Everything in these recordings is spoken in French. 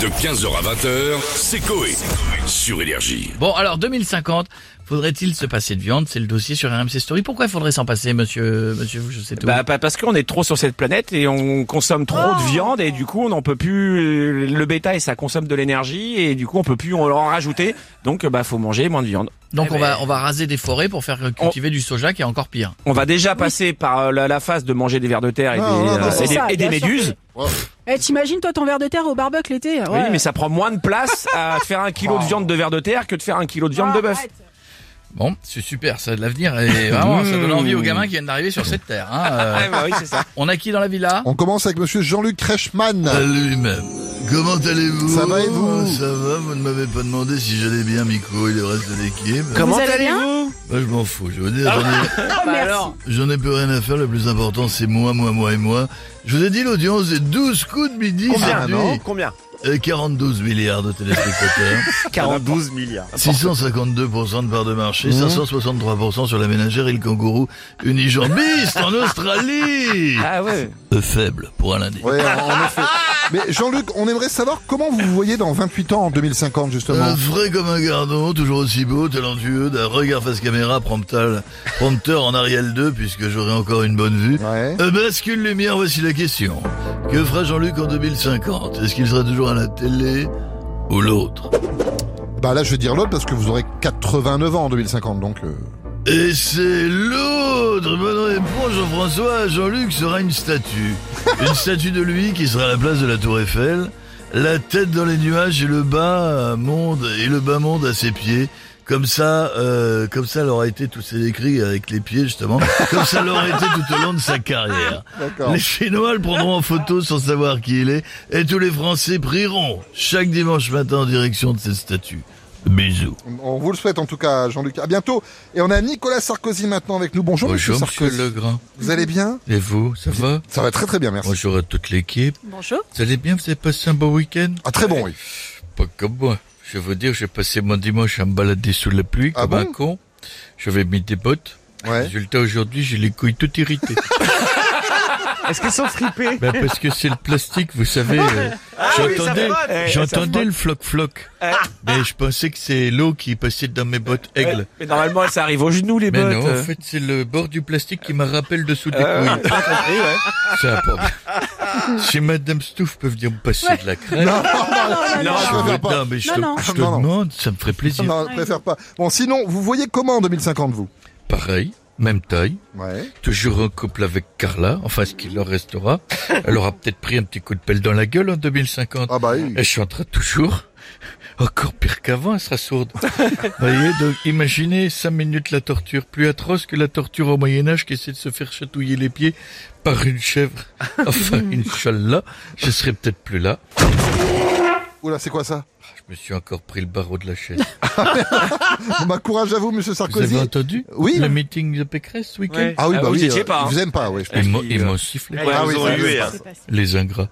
De 15h à 20h, c'est Coé. Sur Énergie. Bon, alors 2050, faudrait-il se passer de viande C'est le dossier sur RMC Story. Pourquoi il faudrait s'en passer, monsieur, monsieur, je sais tout. Bah, pa- parce qu'on est trop sur cette planète et on consomme trop de viande et du coup on n'en peut plus. euh, Le bétail ça consomme de l'énergie et du coup on peut plus en en rajouter. Donc bah faut manger moins de viande. Donc on va, on va raser des forêts pour faire cultiver du soja qui est encore pire. On va déjà passer par euh, la, la phase de manger des vers de terre et Non, des, non, non, euh, c'est et des- ça, et des bien sûr méduses. Eh, t'imagines toi ton verre de terre au barbecue l'été Oui, mais ça prend moins de place à faire un kilo de viande de vers de terre que de faire un kilo de viande de bœuf. Bon, c'est super, ça a de l'avenir et vraiment, ça donne envie aux gamins qui viennent d'arriver sur cette terre. hein. Euh, Ah bah oui c'est ça. on a qui dans la villa On commence avec monsieur Jean-Luc Reichmann. Euh, Salut même. Comment allez-vous Ça va et vous Ça va, vous ne m'avez pas demandé si j'allais bien Miko et le reste de l'équipe. Comment allez-vous Moi je m'en fous, je veux dire, j'en ai- Oh, merci. j'en ai, plus rien à faire, le plus important c'est moi, moi, moi et moi. Je vous ai dit l'audience est 12 coups de midi Combien aujourd'hui. Combien Euh, 42 milliards de téléspectateurs, 42 milliards. Mmh. 652% de part de marché, 563% sur la ménagère et le kangourou unijambiste en Australie Ah ouais. Peu faible pour un lundi. Ouais, en en effet. Mais Jean-Luc, on aimerait savoir comment vous vous voyez dans 28 ans en 2050 justement. Euh, frais comme un gardon, toujours aussi beau, talentueux, d'un regard face caméra, promptal- prompteur en Ariel 2, puisque j'aurai encore une bonne vue. Ouais. Euh, bascule lumière, voici la question. Que fera Jean-Luc en 2050 Est-ce qu'il sera toujours à la télé ou l'autre Bah là, je vais dire l'autre parce que vous aurez 89 ans en 2050, donc. euh, Et c'est l'autre Bonne réponse, Jean-François. Jean-Luc sera une statue. Une statue de lui qui sera à la place de la Tour Eiffel. La tête dans les nuages et le bas monde et le bas monde à ses pieds. Comme ça, euh, comme ça, elle aura été tous ses écrits avec les pieds justement. Comme ça, elle aura été tout au long de sa carrière. D'accord. Les Chinois le prendront en photo sans savoir qui il est, et tous les Français prieront chaque dimanche matin en direction de cette statue. Bisous. On vous le souhaite en tout cas, Jean-Luc. À bientôt. Et on a Nicolas Sarkozy maintenant avec nous. Bonjour, monsieur Sarkozy. Legrand. Vous allez bien Et vous, ça va Ça va très très bien, merci. Bonjour à toute l'équipe. Bonjour. Vous allez bien Vous avez passé un bon week-end Ah très bon, oui. Pas comme moi. Je veux dire, j'ai passé mon dimanche à me balader sous la pluie Ah comme bon un con. J'avais mis des bottes. Ouais. Résultat, aujourd'hui, j'ai les couilles toutes irritées. Est-ce qu'ils sont fripés Ben, parce que c'est le plastique, vous savez. euh, Ah J'entendais, oui, ça frotte. Eh, ça j'entendais le floc-floc. Eh. Mais je pensais que c'est l'eau qui passait dans mes bottes aigle. Mais normalement ça arrive aux genoux les Mais bottes. non, en fait, c'est le bord du plastique qui me rappelle dessous des Euh, couilles. C'est un problème. Si Madame Stouff peut venir me passer de la crème. Non, Non, non, je je veux- préfère pas. non, mais je Non, te, non. je te Non, non. demande, ça me ferait plaisir. Non, je préfère pas. Bon, sinon, vous voyez comment en 2050 vous Pareil, même taille. Ouais. Toujours en couple avec Carla, enfin ce qu'il en restera. Elle aura peut-être pris un petit coup de pelle dans la gueule en 2050. Ah bah oui. Elle chantera toujours. Encore pire qu'avant, elle sera sourde. Vous voyez, donc imaginez cinq minutes la torture, plus atroce que la torture au Moyen-Âge qui essaie de se faire chatouiller les pieds par une chèvre. Enfin, Inch'Allah, je serai peut-être plus là. Oula, c'est quoi ça Je me suis encore pris le barreau de la chaise. Bon, bah courage à vous, monsieur Vous avez Sarkozy. entendu Oui. Le meeting de Pécresse ce week-end Ouais. Ah oui, Ah, bah vous oui. y étiez pas, hein. Ils vous aiment pas, ouais. je pense. Ils m'ont- puis, ils euh, m'ont sifflé, Ouais, Ah oui, vous ça, auriez eu, c'est hein. pas ça. les ingrats.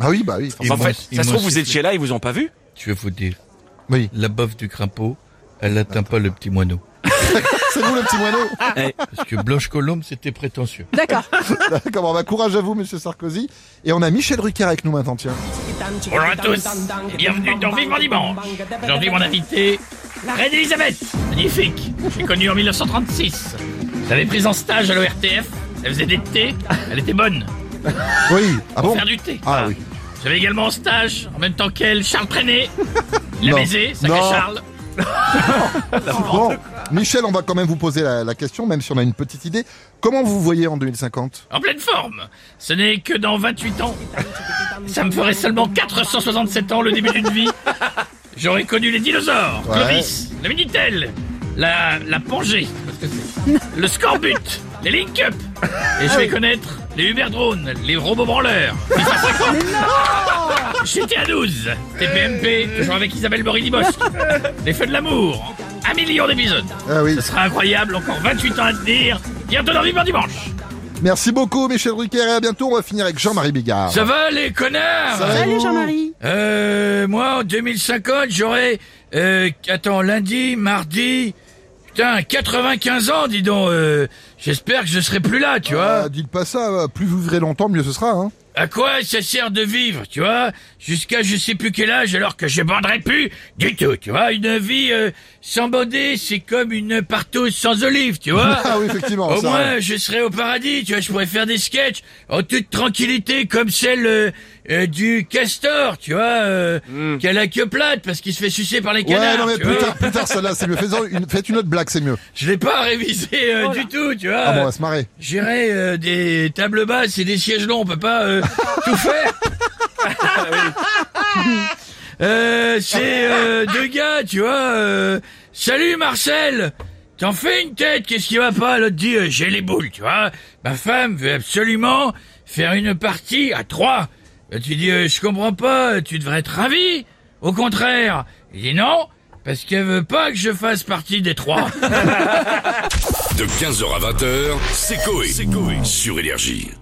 Ah oui, bah oui. En fait, Ils ça se m'ont trouve, vous sifflé. étiez là, ils vous ont pas vu. Je vais vous dire, Oui. la baffe du crapaud, elle n'atteint pas le petit moineau. C'est vous le petit moineau. Parce que Blanche Colombe, c'était prétentieux. D'accord. D'accord, bon, bah courage à vous, monsieur Sarkozy. Et on a Michel Rucker avec nous maintenant, tiens. Bonjour à tous et bienvenue dans Vivement Dimanche. Aujourd'hui, mon invité, la reine Elisabeth. Magnifique. J'ai connu en 1936. Je l'avais prise en stage à l'ORTF. Elle faisait des thés. Elle était bonne. Oui. Ah bon Faire du thé. Ah oui. J'avais également en stage, en même temps qu'elle, Charles Trenet. Il Non. l'a baisé, sacré Non. Charles. Bon, Michel, on va quand même vous poser la, la question, même si on a une petite idée. Comment vous voyez en 2050 En pleine forme. Ce n'est que dans 28 ans. Ça me ferait seulement 467 ans le début d'une vie. J'aurais connu les dinosaures, Ouais. Clovis, le Minitel, la, la Pangée, parce que c'est- le Scorbut, les Link Up. Et je vais connaître les Uber Drones, les robots branleurs, les 150. J'étais à 12, TPMP, toujours avec Isabelle Borrelli-Bosque, les Feux de l'amour, un million d'épisodes. Ah oui. Ce sera incroyable, encore 28 ans à tenir. Bientôt dans Vivre Dimanche. Merci beaucoup, Michel Rucker, et à bientôt. On va finir avec Jean-Marie Bigard. Ça va les connards va, Salut vous Jean-Marie. Euh, moi, en 2050, j'aurai, euh, attends, lundi, mardi, putain, 95 ans, dis donc, euh, j'espère que je serai plus là, tu vois. Euh. Ah, dites pas ça, euh, plus vous vivrez longtemps, mieux ce sera. Hein. À quoi ça sert de vivre, tu vois jusqu'à je sais plus quel âge alors que je banderai plus du tout, tu vois. Une vie euh, sans baudet, c'est comme une partouze sans olive, tu vois. Ah oui, effectivement, Au c'est moins, vrai. je serais au paradis, tu vois, je pourrais faire des sketchs en toute tranquillité comme celle euh, euh, du castor, tu vois, euh, qui a la queue plate parce qu'il se fait sucer par les canards. Hmm. Ouais, non, mais tu plus vois. tard, plus tard, celle-là, c'est mieux. Faites une, faites une autre blague, c'est mieux. Je l'ai pas révisé euh, du tout, tu vois. Ah bon, on va se marrer. Gérer euh, des tables basses et des sièges longs, on peut pas euh, tout faire. Euh, c'est euh, deux gars, tu vois. euh, Salut Marcel, t'en fais une tête, qu'est-ce qui va pas L'autre dit euh, j'ai les boules, tu vois. Ma femme veut absolument faire une partie à trois. Euh, tu dis euh, je comprends pas, euh, tu devrais être ravi. Au contraire, il dit non. Parce qu'elle veut pas que je fasse partie des trois. De 15h à 20h, c'est Coé. Sur Énergie.